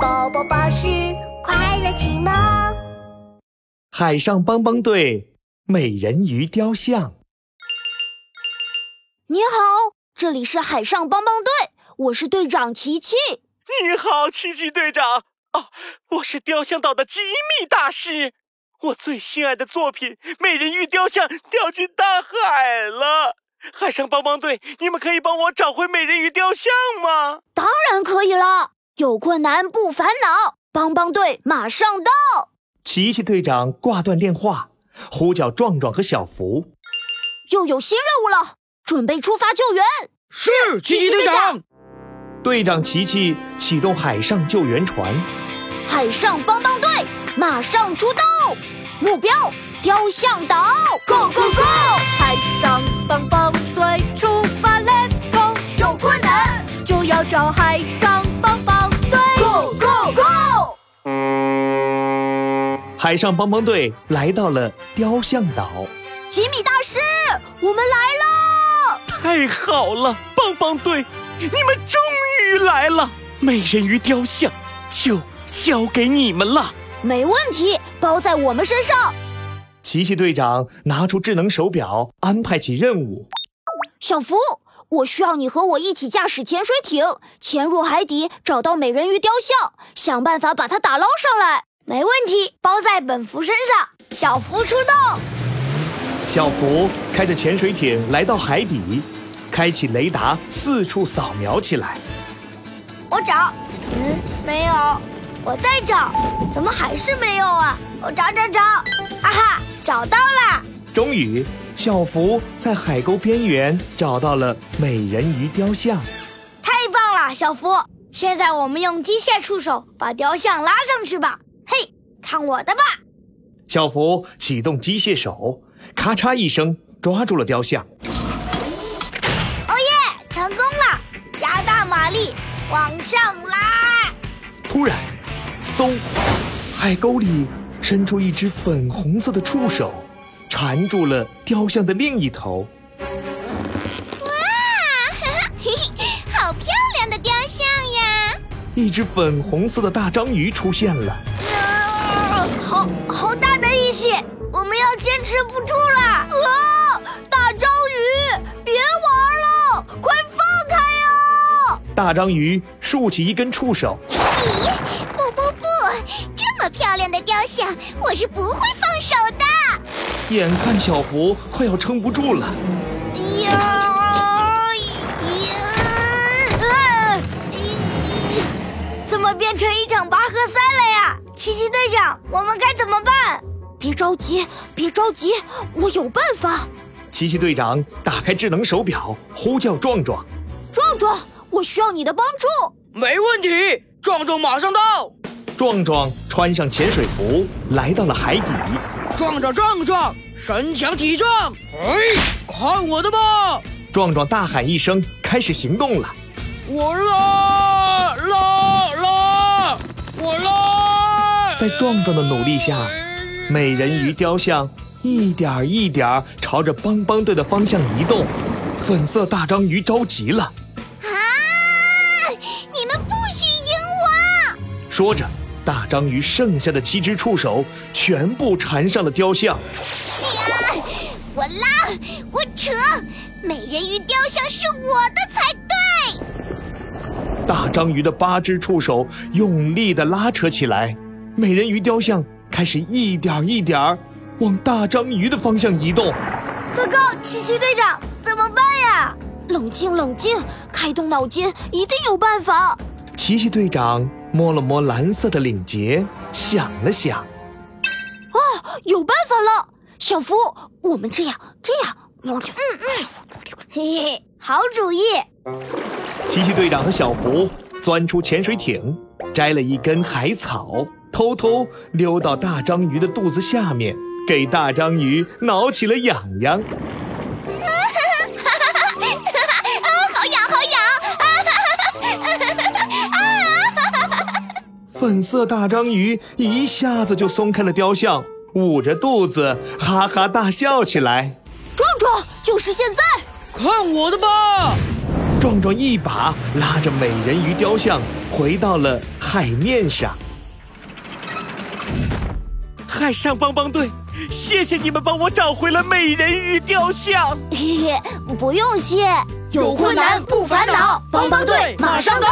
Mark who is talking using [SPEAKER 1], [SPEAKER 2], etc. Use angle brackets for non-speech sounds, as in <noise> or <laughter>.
[SPEAKER 1] 宝宝巴士快乐启蒙。
[SPEAKER 2] 海上帮帮队美人鱼雕像。
[SPEAKER 3] 你好，这里是海上帮帮队，我是队长琪琪。
[SPEAKER 4] 你好，奇奇队长。哦，我是雕像岛的吉米大师。我最心爱的作品《美人鱼雕像》掉进大海了。海上帮帮队，你们可以帮我找回美人鱼雕像吗？
[SPEAKER 3] 当然可以啦，有困难不烦恼，帮帮队马上到。
[SPEAKER 2] 琪琪队长挂断电话，呼叫壮壮和小福。
[SPEAKER 3] 又有新任务了，准备出发救援。
[SPEAKER 5] 是，奇奇队长。
[SPEAKER 2] 队长琪琪启动海上救援船，
[SPEAKER 3] 海上帮帮队马上出动，目标雕像岛，Go Go Go！
[SPEAKER 6] 海上帮帮队出发，Let's go！
[SPEAKER 1] 有困难
[SPEAKER 6] 就要找海上帮帮队
[SPEAKER 1] ，Go Go Go！
[SPEAKER 2] 海上帮帮队来到了雕像岛。
[SPEAKER 3] 吉米大师，我们来了！
[SPEAKER 4] 太好了，帮帮队，你们终于来了！美人鱼雕像就交给你们了。
[SPEAKER 3] 没问题，包在我们身上。
[SPEAKER 2] 琪琪队长拿出智能手表，安排起任务。
[SPEAKER 3] 小福，我需要你和我一起驾驶潜水艇，潜入海底，找到美人鱼雕像，想办法把它打捞上来。
[SPEAKER 7] 没问题，包在本福身上。小福出动，
[SPEAKER 2] 小福开着潜水艇来到海底，开启雷达四处扫描起来。
[SPEAKER 7] 我找，嗯，没有，我再找，怎么还是没有啊？我找找找，啊哈，找到啦！
[SPEAKER 2] 终于，小福在海沟边缘找到了美人鱼雕像。
[SPEAKER 7] 太棒了，小福！现在我们用机械触手把雕像拉上去吧。嘿，看我的吧！
[SPEAKER 2] 小福启动机械手，咔嚓一声抓住了雕像。
[SPEAKER 7] 哦耶，成功了！加大马力，往上拉！ <laughs>
[SPEAKER 2] 突然，嗖！海沟里伸出一只粉红色的触手，缠住了雕像的另一头。
[SPEAKER 7] 嘿嘿，好漂亮的雕像呀！
[SPEAKER 2] 一只粉红色的大章鱼出现了。
[SPEAKER 8] 呃
[SPEAKER 3] 好好大的力气，我们要坚持不住了！啊，大章鱼，别玩了，快放开
[SPEAKER 7] 啊
[SPEAKER 3] 呀！
[SPEAKER 2] 大章鱼竖起一根触手，
[SPEAKER 8] 咦，不不不，这么漂亮的雕像，我是不会放手的。
[SPEAKER 2] 眼看小福快要撑不住了。
[SPEAKER 7] 哟哟，啊咦怎么变成一场拔河赛了呀？奇奇队长，我们该怎么办？
[SPEAKER 3] 别着急，别着急，我有办法。
[SPEAKER 2] 奇奇队长打开智能手表，呼叫壮壮。
[SPEAKER 3] 壮壮，我需要你的帮助。
[SPEAKER 5] 没问题，壮壮马上到。
[SPEAKER 2] 壮壮穿上潜水服，来到了海底。
[SPEAKER 5] 壮壮壮壮，身强体壮，哎，看我的吧！
[SPEAKER 2] 壮壮大喊一声，开始行动了。
[SPEAKER 5] 我拉拉拉，我拉！哎
[SPEAKER 2] 在壮壮的努力下，美人鱼雕像一点儿一点儿朝着帮帮队的方向移动。粉色大章鱼着急了，
[SPEAKER 8] 啊！你们不许赢我！
[SPEAKER 2] 说着，大章鱼剩下的七只触手全部缠上了雕像。
[SPEAKER 8] 我拉，我扯，美人鱼雕像是我的才对。
[SPEAKER 2] 大章鱼的八只触手用力地拉扯起来，美人鱼雕像开始一点儿一点儿往大章鱼的方向移动。
[SPEAKER 7] 糟糕，奇奇队长，怎么办呀？
[SPEAKER 3] 冷静，冷静，开动脑筋，一定有办法。
[SPEAKER 2] 奇奇队长摸了摸蓝色的领结，想了想，
[SPEAKER 3] 有办法了，小福，我们这样这样，嗯嗯，
[SPEAKER 7] 嘿嘿，好主意！
[SPEAKER 2] 奇奇队长和小福钻出潜水艇，摘了一根海草，偷偷溜到大章鱼的肚子下面，给大章鱼挠起了痒痒。
[SPEAKER 8] 好痒，好痒！
[SPEAKER 2] 粉色大章鱼一下子就松开了雕像，捂着肚子哈哈大笑起来。
[SPEAKER 3] 壮壮，就是现在！
[SPEAKER 5] 看我的吧！
[SPEAKER 2] 壮壮一把拉着美人鱼雕像回到了海面上。
[SPEAKER 4] 海上帮帮队，谢谢你们帮我找回了美人鱼雕像。
[SPEAKER 3] 不用谢，有困难不烦恼，帮帮队马上到。